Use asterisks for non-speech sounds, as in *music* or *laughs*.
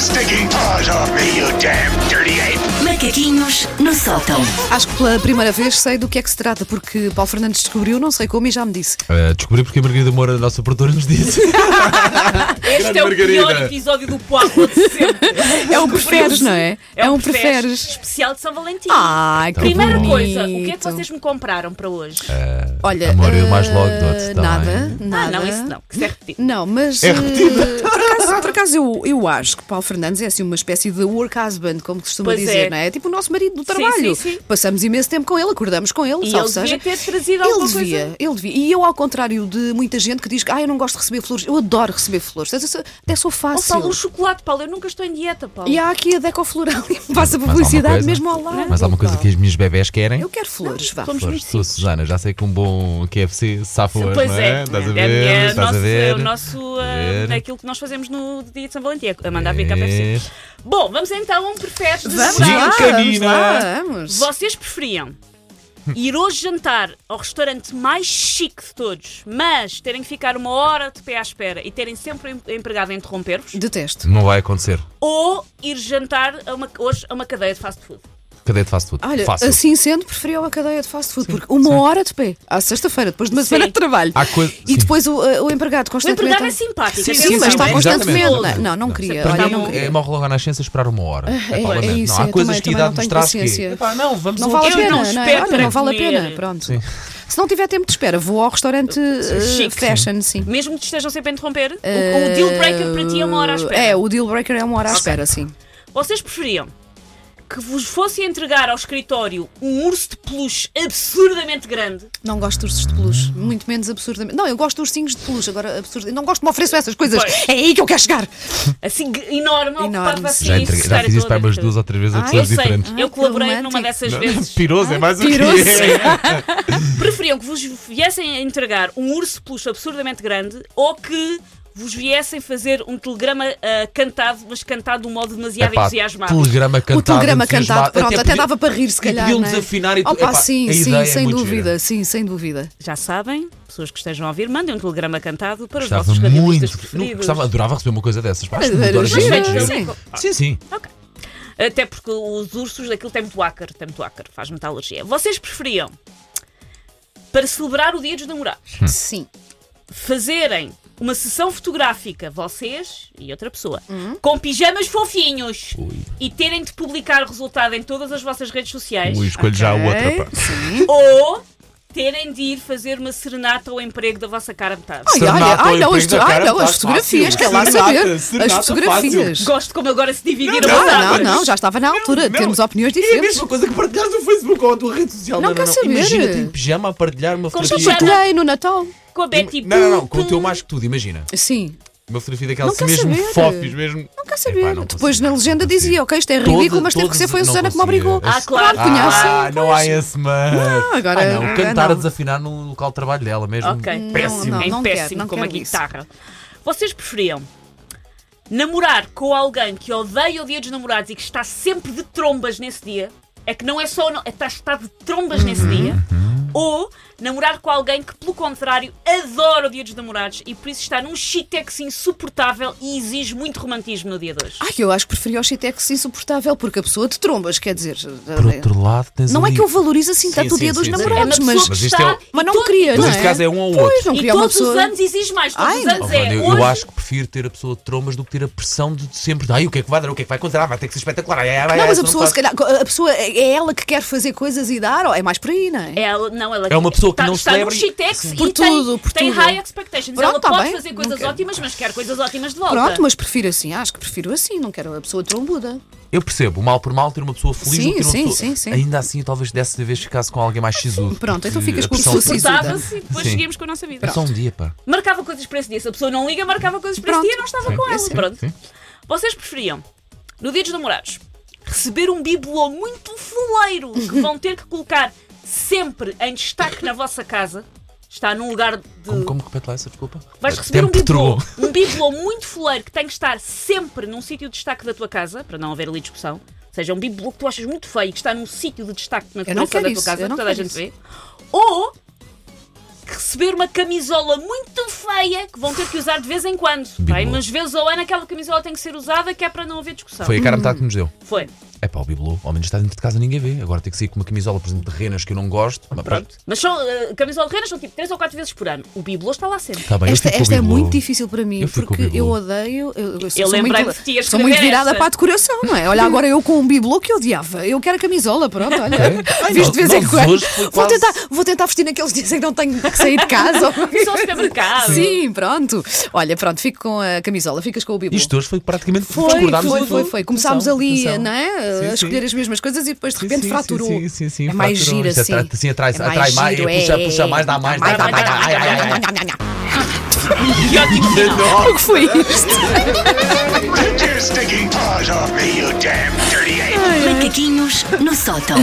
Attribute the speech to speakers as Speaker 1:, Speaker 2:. Speaker 1: sticking paws off me, you damn dirty ape!
Speaker 2: Macaquinhos no sótão.
Speaker 3: Acho que pela primeira vez sei do que é que se trata, porque Paulo Fernandes descobriu, não sei como, e já me disse.
Speaker 4: Uh, descobri porque a Margarida Moura, a nossa produtora, nos disse.
Speaker 3: *laughs*
Speaker 5: Este é o
Speaker 4: Margarida.
Speaker 5: pior episódio do Poirot de sempre.
Speaker 3: É um preferes, não é?
Speaker 5: É um
Speaker 3: preferes.
Speaker 5: *laughs* Especial de São Valentim.
Speaker 3: Ai, que
Speaker 5: Primeira
Speaker 3: Ah, bonito.
Speaker 5: coisa, o que é que vocês me compraram para hoje?
Speaker 4: É.
Speaker 3: Olha,
Speaker 4: Amor, eu mais
Speaker 3: eh,
Speaker 4: logo dou-te também.
Speaker 3: Nada,
Speaker 5: ah,
Speaker 3: nada.
Speaker 5: não, isso não, que isso é repetido.
Speaker 3: Não, mas.
Speaker 4: É
Speaker 3: eh,
Speaker 4: repetido.
Speaker 3: por acaso, por acaso eu, eu acho que Paulo Fernandes é assim uma espécie de work husband, como costuma
Speaker 5: Pois
Speaker 3: dizer,
Speaker 5: é.
Speaker 3: não é? É Tipo o nosso marido do trabalho.
Speaker 5: sim, sim.
Speaker 3: Passamos imenso tempo com ele, acordamos com ele,
Speaker 5: E
Speaker 3: salvo
Speaker 5: ele
Speaker 3: seja.
Speaker 5: devia ter trazido
Speaker 3: Ele
Speaker 5: alguma coisa.
Speaker 3: devia, ele devia. E eu, ao contrário de muita gente que diz que ah, eu não gosto de receber flores, eu adoro receber flores. Eu sou- Até sou
Speaker 5: Oh,
Speaker 3: fácil.
Speaker 5: Paulo, um chocolate, Paulo, eu nunca estou em dieta, Paulo.
Speaker 3: Ah, E há aqui a Deco Floral
Speaker 4: *laughs*
Speaker 3: e passa
Speaker 4: alguma
Speaker 3: publicidade
Speaker 4: coisa?
Speaker 3: mesmo ao lado.
Speaker 4: Mas há uma coisa que as minhas bebés querem.
Speaker 3: Eu quero flores, vá.
Speaker 5: Somos
Speaker 4: Flores, sou
Speaker 5: 25.
Speaker 4: Susana, já sei que um bom KFC safa hoje,
Speaker 5: Pois
Speaker 4: não
Speaker 5: é,
Speaker 4: é? Estás a
Speaker 5: É,
Speaker 4: ver?
Speaker 5: é
Speaker 4: Estás
Speaker 5: nosso-
Speaker 4: a ver?
Speaker 5: o nosso. ah,
Speaker 4: ver?
Speaker 5: aquilo que nós fazemos no dia de São Valentim, é mandar vir cá para
Speaker 4: É.
Speaker 5: si. Bom, vamos então a um preferes de
Speaker 3: Vamos
Speaker 4: Sim,
Speaker 3: lá,
Speaker 5: Susana.
Speaker 3: vamos
Speaker 4: canina.
Speaker 3: lá, vamos.
Speaker 5: Vocês preferiam ir hoje jantar ao restaurante mais chique de todos, mas terem que ficar uma hora de pé à espera e terem sempre o em- empregado a interromper-vos?
Speaker 3: Detesto.
Speaker 4: Não vai acontecer.
Speaker 5: Ou ir jantar a uma- hoje a uma cadeia de fast food?
Speaker 4: Cadê te faço tudo?
Speaker 3: Olha,
Speaker 4: Faço.
Speaker 3: assim sendo, preferiu a cadeia de fast food, porque uma hora de pé, à sexta-feira, depois de uma semana de trabalho.
Speaker 4: Há coisa-
Speaker 3: E
Speaker 4: sim.
Speaker 3: depois o, uh, o empregado
Speaker 5: O
Speaker 3: constantemente.
Speaker 5: empregado é simpático.
Speaker 3: Sim,
Speaker 5: atenção.
Speaker 3: sim, mas está
Speaker 4: Exatamente.
Speaker 3: constantemente.
Speaker 4: Exatamente.
Speaker 3: Não, não queria.
Speaker 5: Não.
Speaker 3: Olha,
Speaker 4: Para
Speaker 3: não
Speaker 4: mim,
Speaker 3: queria.
Speaker 4: é, morre logo à nascença esperar uma hora.
Speaker 3: é,
Speaker 4: Lamento.
Speaker 3: é isso,
Speaker 4: não, há
Speaker 3: eu
Speaker 4: coisas
Speaker 3: também-
Speaker 4: que a
Speaker 3: também não
Speaker 4: idade
Speaker 3: tenho
Speaker 4: nos traz
Speaker 3: paciência.
Speaker 4: que. Epá, não, vamos
Speaker 3: Não
Speaker 4: um
Speaker 3: vale a
Speaker 5: Eu
Speaker 3: pena,
Speaker 5: não
Speaker 3: não, é?
Speaker 5: espero
Speaker 3: Olha, não vale a
Speaker 5: comer.
Speaker 3: pena. Pronto. Se não tiver tempo de espera, vou ao restaurante uh,
Speaker 5: Chique.
Speaker 3: fashion, sim. Eh,
Speaker 5: Mesmo que te estejam sempre a interromper, o- o, deal breaker para ti é uma hora à espera.
Speaker 3: É, o deal breaker é uma hora à espera, sim.
Speaker 5: Vocês preferiam que vos fosse entregar ao escritório um urso de peluche absurdamente grande?
Speaker 3: Não gosto de ursos de peluche, muito menos absurdamente. Não, eu gosto de ursinhos de peluche, agora absurdo. Não gosto de me oferecer essas coisas.
Speaker 5: Pois.
Speaker 3: É aí que eu quero chegar.
Speaker 5: Assim, g- enorme,
Speaker 3: Enorme.
Speaker 5: ocupava assim
Speaker 4: Já,
Speaker 5: a
Speaker 4: entreguei- já
Speaker 5: secretária
Speaker 4: fiz isso para
Speaker 5: toda.
Speaker 4: umas duas ou três vezes a
Speaker 3: Ah,
Speaker 5: Eu
Speaker 4: pessoas
Speaker 5: sei,
Speaker 4: diferentes.
Speaker 3: Ai,
Speaker 5: eu
Speaker 3: que
Speaker 5: colaborei numa
Speaker 3: romântico.
Speaker 5: dessas vezes.
Speaker 4: *laughs* Piroso é mais o que
Speaker 3: piroso.
Speaker 4: *laughs* é.
Speaker 5: Preferiam que vos viessem a entregar um urso peluche absurdamente grande ou que vos viessem fazer um telegrama ah, cantado, mas cantado de um modo
Speaker 3: é
Speaker 5: demasiado
Speaker 4: Epá,
Speaker 5: entusiasmado?
Speaker 4: Telegrama cantado.
Speaker 3: o telegrama
Speaker 4: entusiasmado.
Speaker 3: cantado, pronto, até,
Speaker 4: podia-
Speaker 3: dava para rir, se
Speaker 4: e
Speaker 3: calhar.
Speaker 4: Podiam
Speaker 3: não é?
Speaker 4: desafinar e tudo.
Speaker 3: Opa,
Speaker 4: Epá,
Speaker 3: sim,
Speaker 4: a
Speaker 3: sim,
Speaker 4: ideia é
Speaker 3: sem
Speaker 4: muito
Speaker 3: dúvida,
Speaker 4: gira.
Speaker 3: sim, sem dúvida.
Speaker 5: Já sabem, pessoas que estejam a ouvir, mandem um telegrama cantado para os
Speaker 4: Gostava
Speaker 5: vossos radialistas
Speaker 4: muito.
Speaker 5: preferidos.
Speaker 4: Não, gostava, adorava receber uma coisa dessas. Pá, acho
Speaker 3: Era
Speaker 4: que adoro,
Speaker 3: giro, Ah,
Speaker 4: gente,
Speaker 5: sim.
Speaker 4: giro. Sim, sim.
Speaker 5: Até porque os ursos, aquilo tem muito ácaro, tem muito ácaro, faz muita alergia. Vocês preferiam, para celebrar o Dia dos Namorados,
Speaker 3: Sim.
Speaker 5: fazerem uma sessão fotográfica, vocês e outra pessoa,
Speaker 3: Hum?
Speaker 5: com pijamas fofinhos e terem de publicar o resultado em todas as vossas redes sociais,
Speaker 4: Ui, escolho já a
Speaker 3: Ok.
Speaker 4: outra. Pá.
Speaker 3: Sim.
Speaker 5: ou terem de ir fazer uma serenata ao emprego da vossa cara metade.
Speaker 3: Ai,
Speaker 4: Serenata
Speaker 3: olha,
Speaker 4: ao
Speaker 3: ai, não,
Speaker 4: emprego
Speaker 3: as,
Speaker 4: da
Speaker 3: ai,
Speaker 4: cara,
Speaker 3: não, as
Speaker 4: fácil.
Speaker 3: fotografias, quer lá
Speaker 4: Serenata,
Speaker 3: saber. As
Speaker 4: serenata,
Speaker 3: fotografias.
Speaker 5: Gosto como agora se dividiram as
Speaker 3: Não, não,
Speaker 5: águas.
Speaker 3: não, já estava na altura de termos opiniões diferentes.
Speaker 4: É coisa que partilhares no Facebook ou na tua rede social.
Speaker 3: Não quero saber.
Speaker 4: Imagina-te em pijama a partilhar uma
Speaker 5: Com
Speaker 3: Já
Speaker 4: fotografia.
Speaker 5: pijama.
Speaker 4: tua.
Speaker 3: partilhei no Natal.
Speaker 5: Com a
Speaker 3: é
Speaker 5: Betty
Speaker 4: Não, não, não,
Speaker 5: Boop.
Speaker 4: com o teu mais que tudo, imagina.
Speaker 3: Sim.
Speaker 4: Uma fotografia daquelas
Speaker 3: tipo Não quero
Speaker 4: mesmo
Speaker 3: saber.
Speaker 4: fofis, mesmo.
Speaker 3: Não quer saber.
Speaker 4: Epá, não
Speaker 3: Depois
Speaker 4: consigo,
Speaker 3: na legenda
Speaker 4: não consigo.
Speaker 3: dizia, ok, isto é
Speaker 4: Todo-
Speaker 3: ridículo, mas teve que
Speaker 4: todos-
Speaker 3: ser foi a
Speaker 4: não
Speaker 3: Susana que me
Speaker 4: conseguia.
Speaker 3: obrigou.
Speaker 5: Ah, claro.
Speaker 3: Claro, conhece.
Speaker 4: Ah, não há esse, mas.
Speaker 3: Não, agora-
Speaker 4: Ah, não,
Speaker 3: ah,
Speaker 4: cantar
Speaker 3: não.
Speaker 4: a desafinar no local de trabalho dela mesmo. Hum.
Speaker 5: Ok.
Speaker 3: Hum. Péssimo.
Speaker 5: é
Speaker 3: não quero,
Speaker 5: péssimo
Speaker 3: não
Speaker 5: como a
Speaker 3: quero isso.
Speaker 5: guitarra. Vocês preferiam namorar com alguém que odeia o dia dos namorados e que está sempre de trombas nesse dia? É que não é só. Não, é tá- está de trombas
Speaker 3: Uhum.
Speaker 5: nesse dia. Ou namorar com alguém que, pelo contrário, adora o dia dos namorados e por isso está num chitex insuportável e exige muito romantismo no dia de hoje.
Speaker 3: Ai, eu acho que preferia o Chitex insuportável, porque a pessoa de trombas, quer dizer.
Speaker 4: Por outro lado, tens
Speaker 3: Não é
Speaker 4: ali-
Speaker 3: que eu valorize assim
Speaker 4: Sim,
Speaker 3: tanto o
Speaker 4: sim,
Speaker 3: dia dos
Speaker 4: sim, sim.
Speaker 5: é uma
Speaker 3: namorados,
Speaker 5: pessoa
Speaker 3: mas.
Speaker 5: que
Speaker 4: Mas isto
Speaker 5: está.
Speaker 4: é o-
Speaker 3: Mas
Speaker 5: e
Speaker 3: não
Speaker 5: todo-
Speaker 3: queria,
Speaker 4: Mas
Speaker 3: não
Speaker 4: neste
Speaker 3: é?
Speaker 4: caso é um ou outro.
Speaker 3: Pois, não
Speaker 5: E
Speaker 3: queria uma
Speaker 5: todos os
Speaker 3: pessoa.
Speaker 5: anos exige mais. Todos
Speaker 3: Ai,
Speaker 5: os
Speaker 3: não.
Speaker 4: Oh,
Speaker 5: anos
Speaker 4: mano,
Speaker 5: é.
Speaker 4: eu,
Speaker 5: hoje
Speaker 4: eu acho que prefiro ter a pessoa de trombas do que ter a pressão de sempre. Ai, o que é que vai dar? O que é que vai acontecer? Ah, vai ter que ser espetacular. Ai, ai, ai,
Speaker 3: Não,
Speaker 4: ai,
Speaker 3: mas
Speaker 4: se
Speaker 3: a pessoa,
Speaker 4: É, faz-
Speaker 3: se calhar, a pessoa é ela que quer fazer coisas e dar, ó, é mais por aí, não é?
Speaker 5: Ela, não, ela
Speaker 4: É uma pessoa que
Speaker 5: está,
Speaker 4: não
Speaker 5: está
Speaker 4: celebra
Speaker 5: no
Speaker 4: e-
Speaker 5: Chitex e
Speaker 3: Por
Speaker 5: tem,
Speaker 3: tudo, por
Speaker 5: tem
Speaker 3: tudo.
Speaker 5: high expectations.
Speaker 3: Pronto,
Speaker 5: ela
Speaker 3: tá
Speaker 5: pode
Speaker 3: bem,
Speaker 5: fazer
Speaker 3: não
Speaker 5: coisas
Speaker 3: quero.
Speaker 5: ótimas, mas quer coisas ótimas de volta.
Speaker 3: Pronto, mas prefiro assim, acho que prefiro assim, não quero a pessoa trombuda.
Speaker 4: Eu percebo, mal por mal, ter uma pessoa feliz
Speaker 3: Sim,
Speaker 4: do que ter uma
Speaker 3: sim,
Speaker 4: pessoa...
Speaker 3: sim, sim.
Speaker 4: Ainda assim, eu talvez dessa vez ficasse com alguém mais sisudo.
Speaker 3: Pronto, então
Speaker 4: porque
Speaker 3: ficas
Speaker 4: a
Speaker 3: com a
Speaker 4: pressão-
Speaker 3: pessoa sisuda.
Speaker 5: Portava-se e depois
Speaker 4: Sim.
Speaker 5: seguimos com a nossa vida.
Speaker 4: É só um dia, pá.
Speaker 5: Marcava coisas para esse dia. Se a pessoa não liga, marcava coisas para
Speaker 3: Pronto.
Speaker 5: esse dia e não estava
Speaker 4: Sim,
Speaker 5: com
Speaker 4: é
Speaker 5: ela.
Speaker 4: sim,
Speaker 5: Pronto.
Speaker 4: sim.
Speaker 5: Vocês preferiam, no dia dos namorados, receber um bibelô muito foleiro que vão ter que colocar sempre em destaque na vossa casa? Está num lugar de.
Speaker 4: Como, como repete lá essa desculpa?
Speaker 5: Vais receber um
Speaker 4: Tempo
Speaker 5: bibelô,
Speaker 4: true.
Speaker 5: um bibelô muito foleiro que tem que estar sempre num sítio de destaque da tua casa, para não haver ali discussão. Ou seja, um bibelô que tu achas muito feio e que está num sítio de destaque na
Speaker 3: Eu não
Speaker 5: decoração da
Speaker 3: quero
Speaker 5: tua
Speaker 3: isso,
Speaker 5: casa,
Speaker 3: eu
Speaker 5: que
Speaker 3: não
Speaker 5: toda a
Speaker 3: quero
Speaker 5: gente vê. Ou que receber uma camisola muito feia que vão ter que usar de vez em quando. Tá?
Speaker 4: Bibelô.
Speaker 5: Umas vezes ao ano aquela camisola tem que ser usada que é para não haver discussão.
Speaker 4: Foi a cara a
Speaker 3: Hum.
Speaker 4: metade que nos deu.
Speaker 5: Foi.
Speaker 4: É pá, o bibelô, ao menos está dentro de casa ninguém vê. Agora tem que sair com uma camisola, por exemplo, de renas que eu não gosto. Mas
Speaker 5: Pronto. Mas são, eh, camisola de renas são tipo 3 ou 4 vezes por ano. O bibelô está lá sempre.
Speaker 4: Está tá bem, eu
Speaker 3: Esta,
Speaker 4: fico com o
Speaker 3: esta é
Speaker 4: bibelô.
Speaker 3: muito difícil para mim,
Speaker 4: Eu fico com o
Speaker 3: porque eu
Speaker 4: bibelô.
Speaker 3: odeio. Eu, eu sou-
Speaker 5: Eu
Speaker 3: sou
Speaker 5: lembrei-me
Speaker 3: muito,
Speaker 5: de ti a
Speaker 3: Sou muito
Speaker 5: escrever
Speaker 3: virada
Speaker 5: esta.
Speaker 3: para a decoração, não é? Olha, agora eu com um bibelô que odiava. Eu quero camisola, pronto, olha.
Speaker 4: Ai,
Speaker 3: Visto de vez em
Speaker 4: nós
Speaker 3: quando.
Speaker 4: hoje foi
Speaker 3: vou,
Speaker 4: quase-
Speaker 3: tentar, vou tentar vestir naqueles dias em que não tenho que sair de casa. *laughs*
Speaker 5: Só ao é um supermercado.
Speaker 3: Ah, Sim, pronto. Olha, pronto, fico com a camisola, ficas com o bibelô.
Speaker 4: Isto hoje foi praticamente
Speaker 3: Foi,
Speaker 4: discordámos
Speaker 3: foi,
Speaker 4: em
Speaker 3: foi,
Speaker 4: tudo.
Speaker 3: foi. Começámos
Speaker 4: Atenção,
Speaker 3: ali
Speaker 4: atenção.
Speaker 3: não é?
Speaker 4: Sim,
Speaker 3: a escolher
Speaker 4: sim.
Speaker 3: as mesmas coisas e depois de
Speaker 4: Sim,
Speaker 3: repente
Speaker 4: sim,
Speaker 3: fraturou.
Speaker 4: Sim, sim, sim,
Speaker 3: é mais
Speaker 4: fraturou.
Speaker 3: giro
Speaker 4: Isto
Speaker 3: assim.
Speaker 4: atrai- Assim atrai,
Speaker 3: É mais
Speaker 4: atrai mais,
Speaker 3: giro,
Speaker 4: puxa,
Speaker 3: é,
Speaker 4: puxa
Speaker 3: é.
Speaker 4: mais, dá mais, dá mais, dá mais. Ai, ai, ai, ai. *laughs*
Speaker 3: O que foi isto?
Speaker 1: Take your stinking paws off me, you damn dirty ape!
Speaker 2: Macaquinhos no sótão.